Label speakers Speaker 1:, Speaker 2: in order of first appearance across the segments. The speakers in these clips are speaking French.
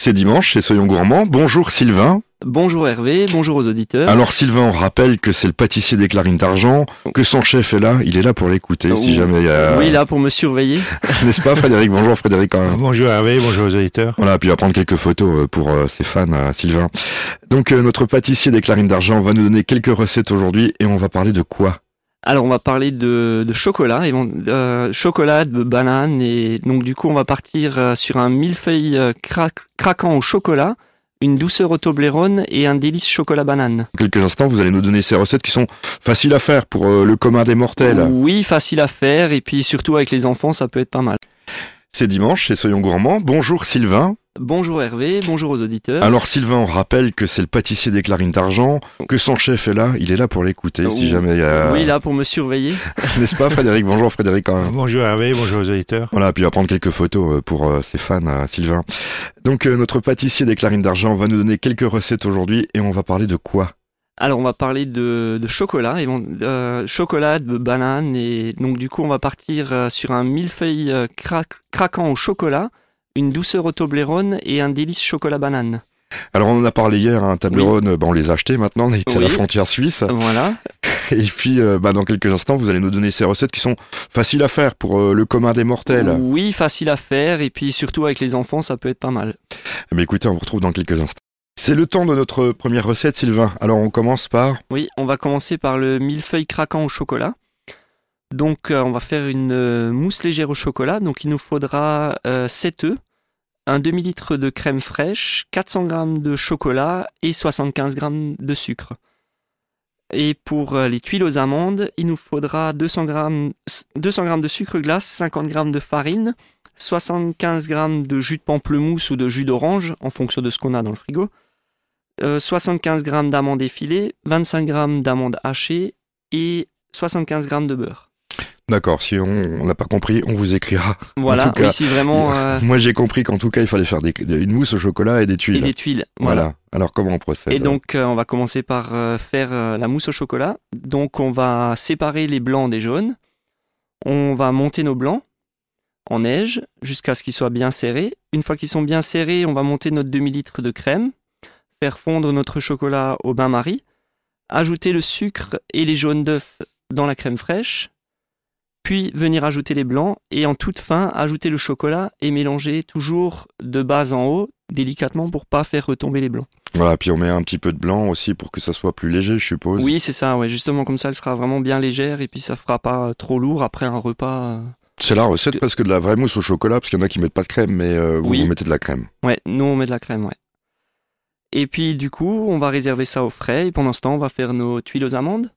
Speaker 1: C'est dimanche, et Soyons Gourmands. Bonjour Sylvain.
Speaker 2: Bonjour Hervé, bonjour aux auditeurs.
Speaker 1: Alors Sylvain, on rappelle que c'est le pâtissier des clarines d'argent, que son chef est là, il est là pour l'écouter si
Speaker 2: Ou-
Speaker 1: jamais il y a...
Speaker 2: Oh. Oui, là pour me surveiller.
Speaker 1: N'est-ce pas Frédéric Bonjour Frédéric quand même.
Speaker 3: Bonjour Hervé, bonjour aux auditeurs.
Speaker 1: Voilà, puis il va prendre quelques photos euh, pour euh, ses fans, euh, Sylvain. Donc euh, notre pâtissier des clarines d'argent va nous donner quelques recettes aujourd'hui et on va parler de quoi
Speaker 2: Alors on va parler de, de chocolat, et bon, euh, chocolat, de banane, et donc du coup on va partir euh, sur un millefeuille euh, cra- craquant au chocolat, une douceur au Toblerone et un délice chocolat banane.
Speaker 1: Dans quelques instants, vous allez nous donner ces recettes qui sont faciles à faire pour euh, le commun des mortels.
Speaker 2: Oui, facile à faire, et puis surtout avec les enfants ça peut être pas mal.
Speaker 1: C'est dimanche chez Soyons Gourmands. Bonjour Sylvain.
Speaker 2: Bonjour Hervé, bonjour aux auditeurs.
Speaker 1: Alors Sylvain, on rappelle que c'est le pâtissier des clarines d'argent, que son chef est là, il est là pour l'écouter si
Speaker 2: Ou-
Speaker 1: jamais il y a...
Speaker 2: Oui, là pour me surveiller.
Speaker 1: N'est-ce pas Frédéric Bonjour Frédéric quand même.
Speaker 3: Bonjour Hervé, bonjour aux auditeurs.
Speaker 1: Voilà, puis il va prendre quelques photos euh, pour euh, ses fans, euh, Sylvain. Donc euh, notre pâtissier des clarines d'argent va nous donner quelques recettes aujourd'hui et on va parler de quoi
Speaker 2: Alors on va parler de, de chocolat, et bon, euh, chocolat, de banane, et donc du coup on va partir euh, sur un millefeuille euh, cra- craquant au chocolat, une douceur au Toblerone et un délice chocolat banane.
Speaker 1: Alors on en a parlé hier, un
Speaker 2: Oui.
Speaker 1: Toblerone, euh, bah, on les a achetés maintenant, on a été à la
Speaker 2: Oui.
Speaker 1: frontière suisse.
Speaker 2: Voilà.
Speaker 1: Et puis euh, bah, dans quelques instants, vous allez nous donner ces recettes qui sont faciles à faire pour euh, le commun des mortels.
Speaker 2: Oui, facile à faire, et puis surtout avec les enfants ça peut être pas mal.
Speaker 1: Mais écoutez, on vous retrouve dans quelques instants. C'est le temps de notre première recette, Sylvain. Alors on commence par...
Speaker 2: Oui, on va commencer par le millefeuille craquant au chocolat. Donc euh, on va faire une euh, mousse légère au chocolat, donc il nous faudra 7 œufs, un demi-litre de crème fraîche, 400 g de chocolat et 75 g de sucre. Et pour euh, les tuiles aux amandes, il nous faudra 200 g 200 grammes de sucre glace, 50 g de farine, 75 g de jus de pamplemousse ou de jus d'orange, en fonction de ce qu'on a dans le frigo, euh, 75 g d'amandes effilées, 25 g d'amandes hachées et 75 g de beurre.
Speaker 1: D'accord, si on on n'a pas compris, on vous écrira. En
Speaker 2: Voilà,
Speaker 1: tout cas,
Speaker 2: oui, si vraiment. euh,
Speaker 1: Moi j'ai compris qu'en tout cas, il fallait faire des, des- une mousse au chocolat et des tuiles.
Speaker 2: et des tuiles.
Speaker 1: Voilà.
Speaker 2: Voilà.
Speaker 1: Alors comment on procède
Speaker 2: Et donc, euh, on va commencer par euh, faire euh, la mousse au chocolat. Donc, on va séparer les blancs des jaunes. On va monter nos blancs en neige jusqu'à ce qu'ils soient bien serrés. Une fois qu'ils sont bien serrés, on va monter notre demi-litre de crème, faire fondre notre chocolat au bain-marie, ajouter le sucre et les jaunes d'œufs dans la crème fraîche, puis venir ajouter les blancs et en toute fin ajouter le chocolat et mélanger toujours de bas en haut délicatement pour pas faire retomber les blancs.
Speaker 1: Voilà, puis on met un petit peu de blanc aussi pour que ça soit plus léger, je suppose.
Speaker 2: Oui, c'est ça, ouais. justement comme ça, elle sera vraiment bien légère et puis ça fera pas euh, trop lourd après un repas. euh.
Speaker 1: C'est la recette parce que de la vraie mousse au chocolat, parce qu'il y en a qui mettent pas de crème, mais euh, vous,
Speaker 2: Oui.
Speaker 1: vous mettez de la crème.
Speaker 2: Ouais, nous on met de la crème, ouais. Et puis du coup, on va réserver ça au frais et pendant ce temps, on va faire nos tuiles aux amandes.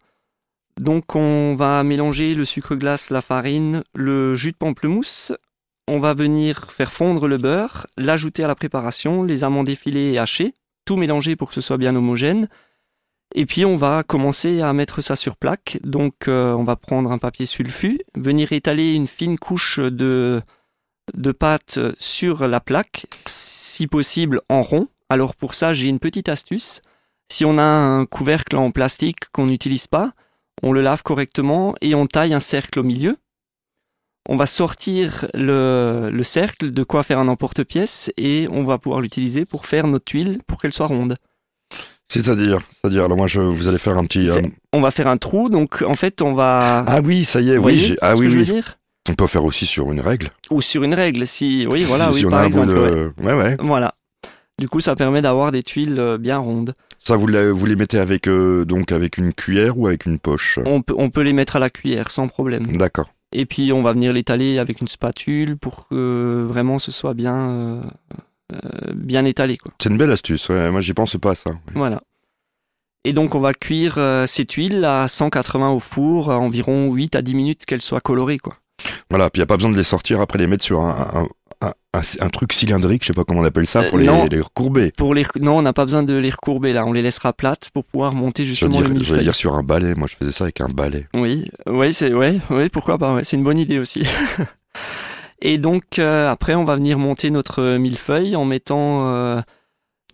Speaker 2: Donc on va mélanger le sucre glace, la farine, le jus de pamplemousse. On va venir faire fondre le beurre, l'ajouter à la préparation, les amandes effilées et hachées, tout mélanger pour que ce soit bien homogène. Et puis on va commencer à mettre ça sur plaque. Donc euh, on va prendre un papier sulfu, venir étaler une fine couche de de pâte sur la plaque, si possible en rond. Alors pour ça, j'ai une petite astuce. Si on a un couvercle en plastique qu'on n'utilise pas, on le lave correctement et on taille un cercle au milieu. On va sortir le, le cercle, de quoi faire un emporte-pièce, et on va pouvoir l'utiliser pour faire nos tuiles pour qu'elles soient rondes.
Speaker 1: C'est-à-dire, c'est-à-dire, alors moi, je, vous allez faire un petit.
Speaker 2: C'est-
Speaker 1: euh,
Speaker 2: On va faire un trou, donc en fait on va...
Speaker 1: Ah oui, ça y est,
Speaker 2: Vous
Speaker 1: oui,
Speaker 2: voyez
Speaker 1: j'ai- ah
Speaker 2: ce
Speaker 1: oui,
Speaker 2: que je
Speaker 1: oui.
Speaker 2: veux dire
Speaker 1: On peut faire aussi sur une règle.
Speaker 2: Ou sur une règle, si... Oui,
Speaker 1: Si-
Speaker 2: voilà,
Speaker 1: si
Speaker 2: oui,
Speaker 1: on a
Speaker 2: par
Speaker 1: un bout
Speaker 2: exemple. ouais.
Speaker 1: de- ouais. ouais,
Speaker 2: Voilà. Du coup, ça permet d'avoir des tuiles euh, bien rondes.
Speaker 1: Ça, vous, la- vous les mettez avec euh, donc avec une cuillère ou avec une poche.
Speaker 2: On peut, on peut les mettre à la cuillère sans problème.
Speaker 1: D'accord.
Speaker 2: Et puis, on va venir l'étaler avec une spatule pour que vraiment ce soit bien, euh, euh, bien étalé. Quoi.
Speaker 1: C'est une belle astuce. ouais, moi, j'y pense pas à ça.
Speaker 2: Voilà. Et donc, on va cuire euh, ces tuiles à 180 au four, à environ 8 à 10 minutes qu'elles soient colorées. Quoi.
Speaker 1: Voilà. Puis il y a pas besoin de les sortir après les mettre sur un. un- un- un- un truc cylindrique, je sais pas comment on appelle ça,
Speaker 2: Euh,
Speaker 1: pour les,
Speaker 2: non.
Speaker 1: les recourber.
Speaker 2: Pour les, rec- non, on n'a pas besoin de les recourber là, on les laissera plates pour pouvoir monter
Speaker 1: Je veux dire,
Speaker 2: justement le
Speaker 1: je veux
Speaker 2: millefeuille.
Speaker 1: dire sur un balai. Moi, je faisais ça avec un balai.
Speaker 2: Oui, ouais, c'est ouais, ouais, pourquoi pas, ouais, c'est une bonne idée aussi. Et donc euh, après, on va venir monter notre euh, millefeuille en mettant euh,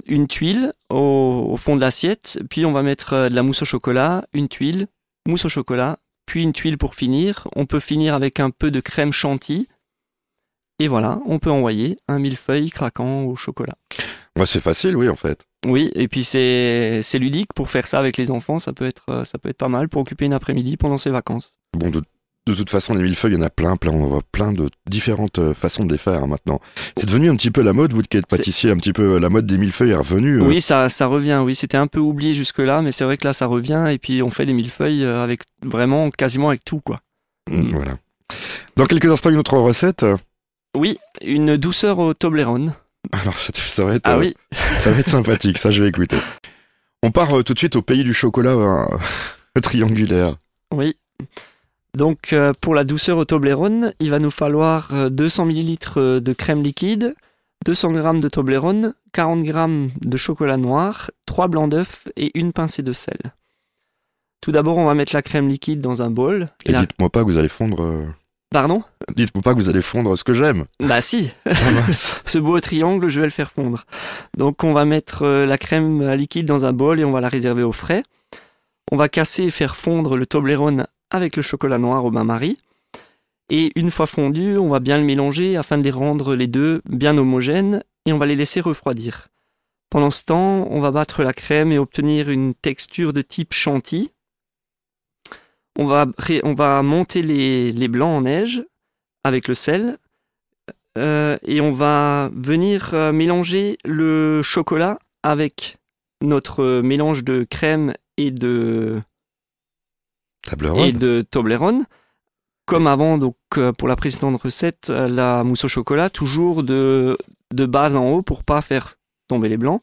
Speaker 2: une tuile au, au fond de l'assiette, puis on va mettre euh, de la mousse au chocolat, une tuile, mousse au chocolat, puis une tuile pour finir. On peut finir avec un peu de crème chantilly. Et voilà, on peut envoyer un millefeuille craquant au chocolat.
Speaker 1: Bah, c'est facile, oui, en fait.
Speaker 2: Oui, et puis c'est c'est ludique pour faire ça avec les enfants, ça peut être euh, ça peut être pas mal pour occuper une après-midi pendant ses vacances.
Speaker 1: Bon, de, de toute façon, les millefeuilles, il y en a plein, plein. On voit plein de différentes euh, façons de les faire hein, maintenant. C'est devenu un petit peu la mode, vous qui êtes
Speaker 2: C'est-
Speaker 1: pâtissier, un petit peu euh, la mode des millefeuilles est revenue. euh.
Speaker 2: Oui, ça ça revient. Oui, c'était un peu oublié jusque là, mais c'est vrai que là ça revient et puis on fait des millefeuilles euh, avec vraiment quasiment avec tout quoi.
Speaker 1: Mm, Voilà. Dans quelques instants, une autre recette.
Speaker 2: Oui, une douceur au Toblerone.
Speaker 1: Alors, ça, ça va être,
Speaker 2: Ah
Speaker 1: euh,
Speaker 2: oui,
Speaker 1: ça va être sympathique. Ça, je vais écouter. On part euh, tout de suite au pays du chocolat euh, triangulaire.
Speaker 2: oui. Donc euh, pour la douceur au Toblerone, il va nous falloir euh, 200 ml euh, de crème liquide, 200 g de Toblerone, 40 g de chocolat noir, 3 blancs d'œufs et une pincée de sel. Tout d'abord, on va mettre la crème liquide dans un bol. Et
Speaker 1: Et
Speaker 2: la-
Speaker 1: dites-moi pas que vous allez fondre. euh,
Speaker 2: Pardon
Speaker 1: Dites-moi pas que vous allez fondre ce que j'aime.
Speaker 2: Bah si,
Speaker 1: Ah, mince.
Speaker 2: ce beau triangle, je vais le faire fondre. Donc on va mettre euh, la crème à liquide dans un bol et on va la réserver au frais. On va casser et faire fondre le Toblerone avec le chocolat noir au bain-marie. Et une fois fondu, on va bien le mélanger afin de les rendre les deux bien homogènes et on va les laisser refroidir. Pendant ce temps, on va battre la crème et obtenir une texture de type chantilly. On va, ré- on va monter les, les blancs en neige avec le sel euh, et on va venir euh, mélanger le chocolat avec notre euh, mélange de crème et de,
Speaker 1: Table
Speaker 2: et
Speaker 1: ronde.
Speaker 2: de Toblerone. Comme avant, donc euh, pour la précédente recette, euh, la mousse au chocolat, toujours de, de base en haut pour pas faire tomber les blancs.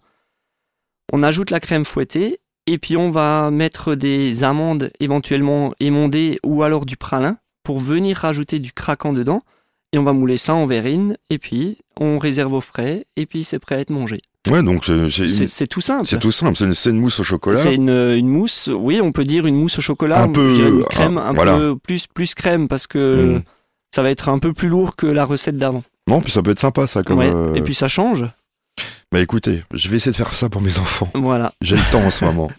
Speaker 2: On ajoute la crème fouettée et puis on va mettre des amandes éventuellement émondées ou alors du pralin pour venir rajouter du craquant dedans. Et on va mouler ça en verrine et puis on réserve au frais et puis c'est prêt à être mangé.
Speaker 1: Ouais, donc c'est- c'est
Speaker 2: C'est
Speaker 1: une-
Speaker 2: c'est tout simple.
Speaker 1: c'est tout simple. C'est une, c'est une mousse au chocolat.
Speaker 2: C'est une, une mousse, oui, on peut dire une mousse au chocolat,
Speaker 1: Un peu- euh,
Speaker 2: je dirais une crème, un
Speaker 1: voilà.
Speaker 2: peu plus, plus crème, parce que
Speaker 1: Mm.
Speaker 2: ça va être un peu plus lourd que la recette d'avant.
Speaker 1: Non, puis ça peut être sympa, ça. Comme,
Speaker 2: Ouais.
Speaker 1: euh,
Speaker 2: Et puis ça change,
Speaker 1: Bah écoutez, je vais essayer de faire ça pour mes enfants.
Speaker 2: voilà.
Speaker 1: J'ai le temps en ce moment.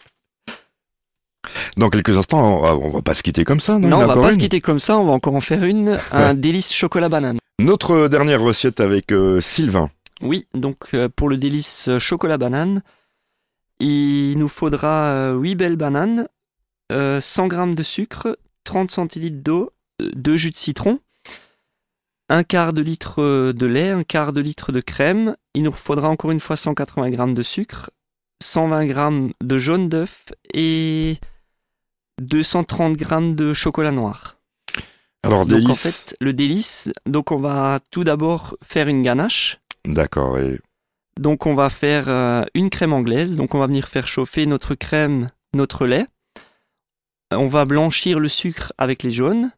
Speaker 1: Dans quelques instants, on va, on va pas se quitter comme ça, non
Speaker 2: Non,
Speaker 1: Il y en a
Speaker 2: on va
Speaker 1: encore
Speaker 2: pas se
Speaker 1: une
Speaker 2: quitter comme ça, on va encore en faire une, un délice chocolat banane.
Speaker 1: Notre euh, dernière recette avec euh, Sylvain.
Speaker 2: Oui, donc euh, pour le délice euh, chocolat banane, il nous faudra 8 belles bananes, euh, 100 g de sucre, 30 centilitres d'eau, 2 jus de citron, un quart de litre euh, de lait, un quart de litre de crème. Il nous faudra encore une fois 180 g de sucre, 120 g de jaune d'œuf et 230 g de chocolat noir.
Speaker 1: Alors,
Speaker 2: donc
Speaker 1: délice.
Speaker 2: en fait, le délice, donc on va tout d'abord faire une ganache.
Speaker 1: D'accord. Et...
Speaker 2: Donc on va faire euh, une crème anglaise. Donc on va venir faire chauffer notre crème, notre lait. Euh, On va blanchir le sucre avec les jaunes.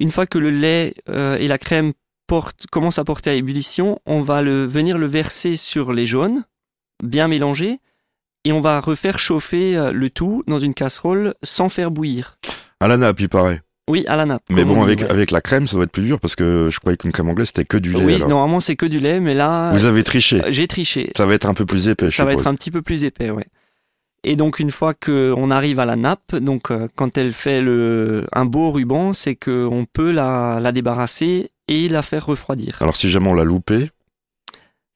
Speaker 2: Une fois que le lait euh, et la crème portent, commencent à porter à ébullition, on va le, venir le verser sur les jaunes, bien mélanger, et on va refaire chauffer euh, le tout dans une casserole sans faire bouillir.
Speaker 1: À la nappe, il paraît.
Speaker 2: Oui, à la nappe.
Speaker 1: Mais
Speaker 2: comme on
Speaker 1: bon,
Speaker 2: dit,
Speaker 1: avec,
Speaker 2: ouais.
Speaker 1: avec la crème, ça doit être plus dur parce que je croyais qu'une crème anglaise, c'était que du lait.
Speaker 2: Oui,
Speaker 1: alors.
Speaker 2: normalement c'est que du lait, mais là,
Speaker 1: Vous avez triché.
Speaker 2: euh, j'ai triché.
Speaker 1: Ça va être un peu plus épais, je
Speaker 2: ça va
Speaker 1: suppose.
Speaker 2: être un petit peu plus épais, ouais. Et donc une fois que on arrive à la nappe, donc euh, quand elle fait le, un beau ruban, c'est que on peut la, la débarrasser et la faire refroidir.
Speaker 1: Alors, si jamais on l'a loupé,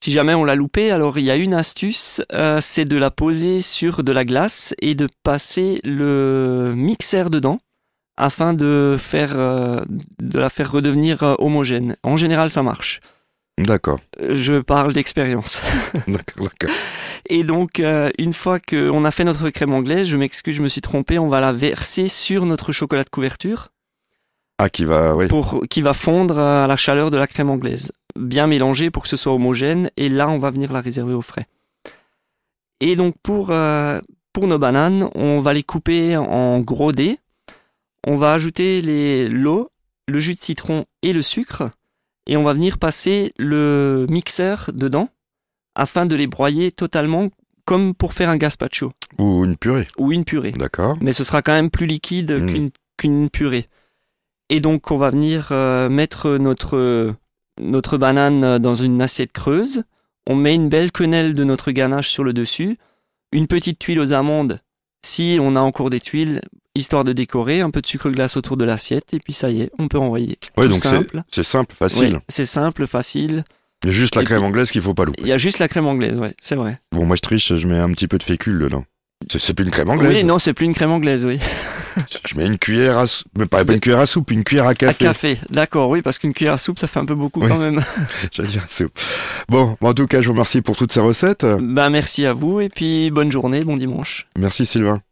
Speaker 2: Si jamais on l'a loupée, alors il y a une astuce, euh, c'est de la poser sur de la glace et de passer le mixeur dedans afin de faire euh, de la faire redevenir euh, homogène. En général, ça marche.
Speaker 1: d'accord.
Speaker 2: Euh, Je parle d'expérience.
Speaker 1: d'accord, d'accord.
Speaker 2: Et donc, euh, une fois qu'on a fait notre crème anglaise, je m'excuse, je me suis trompé, on va la verser sur notre chocolat de couverture
Speaker 1: Ah, qui va, oui.
Speaker 2: pour qui va fondre à la chaleur de la crème anglaise. Bien mélangé pour que ce soit homogène, et là, on va venir la réserver au frais. Et donc, pour, euh, pour nos bananes, on va les couper en gros dés. On va ajouter les- l'eau, le jus de citron et le sucre, et on va venir passer le mixeur dedans afin de les broyer totalement comme pour faire un gazpacho
Speaker 1: Ou une purée.
Speaker 2: ou une purée.
Speaker 1: D'accord.
Speaker 2: Mais ce sera quand même plus liquide
Speaker 1: Mm.
Speaker 2: qu'une qu'une purée. Et donc on va venir euh, mettre notre, notre banane dans une assiette creuse. On met une belle quenelle de notre ganache sur le dessus. Une petite tuile aux amandes, si on a encore des tuiles, histoire de décorer. Un peu de sucre glace autour de l'assiette. Et puis ça y est, on peut envoyer.
Speaker 1: Ouais,
Speaker 2: Tout
Speaker 1: donc c'est
Speaker 2: simple.
Speaker 1: c'est simple,
Speaker 2: Oui,
Speaker 1: facile.
Speaker 2: c'est simple, facile.
Speaker 1: Il y a juste la
Speaker 2: Et
Speaker 1: crème
Speaker 2: puis-
Speaker 1: anglaise qu'il faut pas louper.
Speaker 2: Il y a juste la crème anglaise, ouais, c'est vrai.
Speaker 1: Bon, moi je triche, je mets un petit peu de fécule dedans. C'est- C'est plus une crème anglaise.
Speaker 2: Oui, non, c'est plus une crème anglaise, oui.
Speaker 1: Je mets une cuillère à soupe, mais pas pas une cuillère à soupe, une cuillère à café.
Speaker 2: À café, d'accord, oui, parce qu'une cuillère à soupe, ça fait un peu beaucoup
Speaker 1: Oui.
Speaker 2: quand même.
Speaker 1: J'allais dire soupe. Bon, en tout cas, je vous remercie pour toutes ces recettes.
Speaker 2: bah, merci à vous, et puis bonne journée, bon dimanche.
Speaker 1: Merci Sylvain.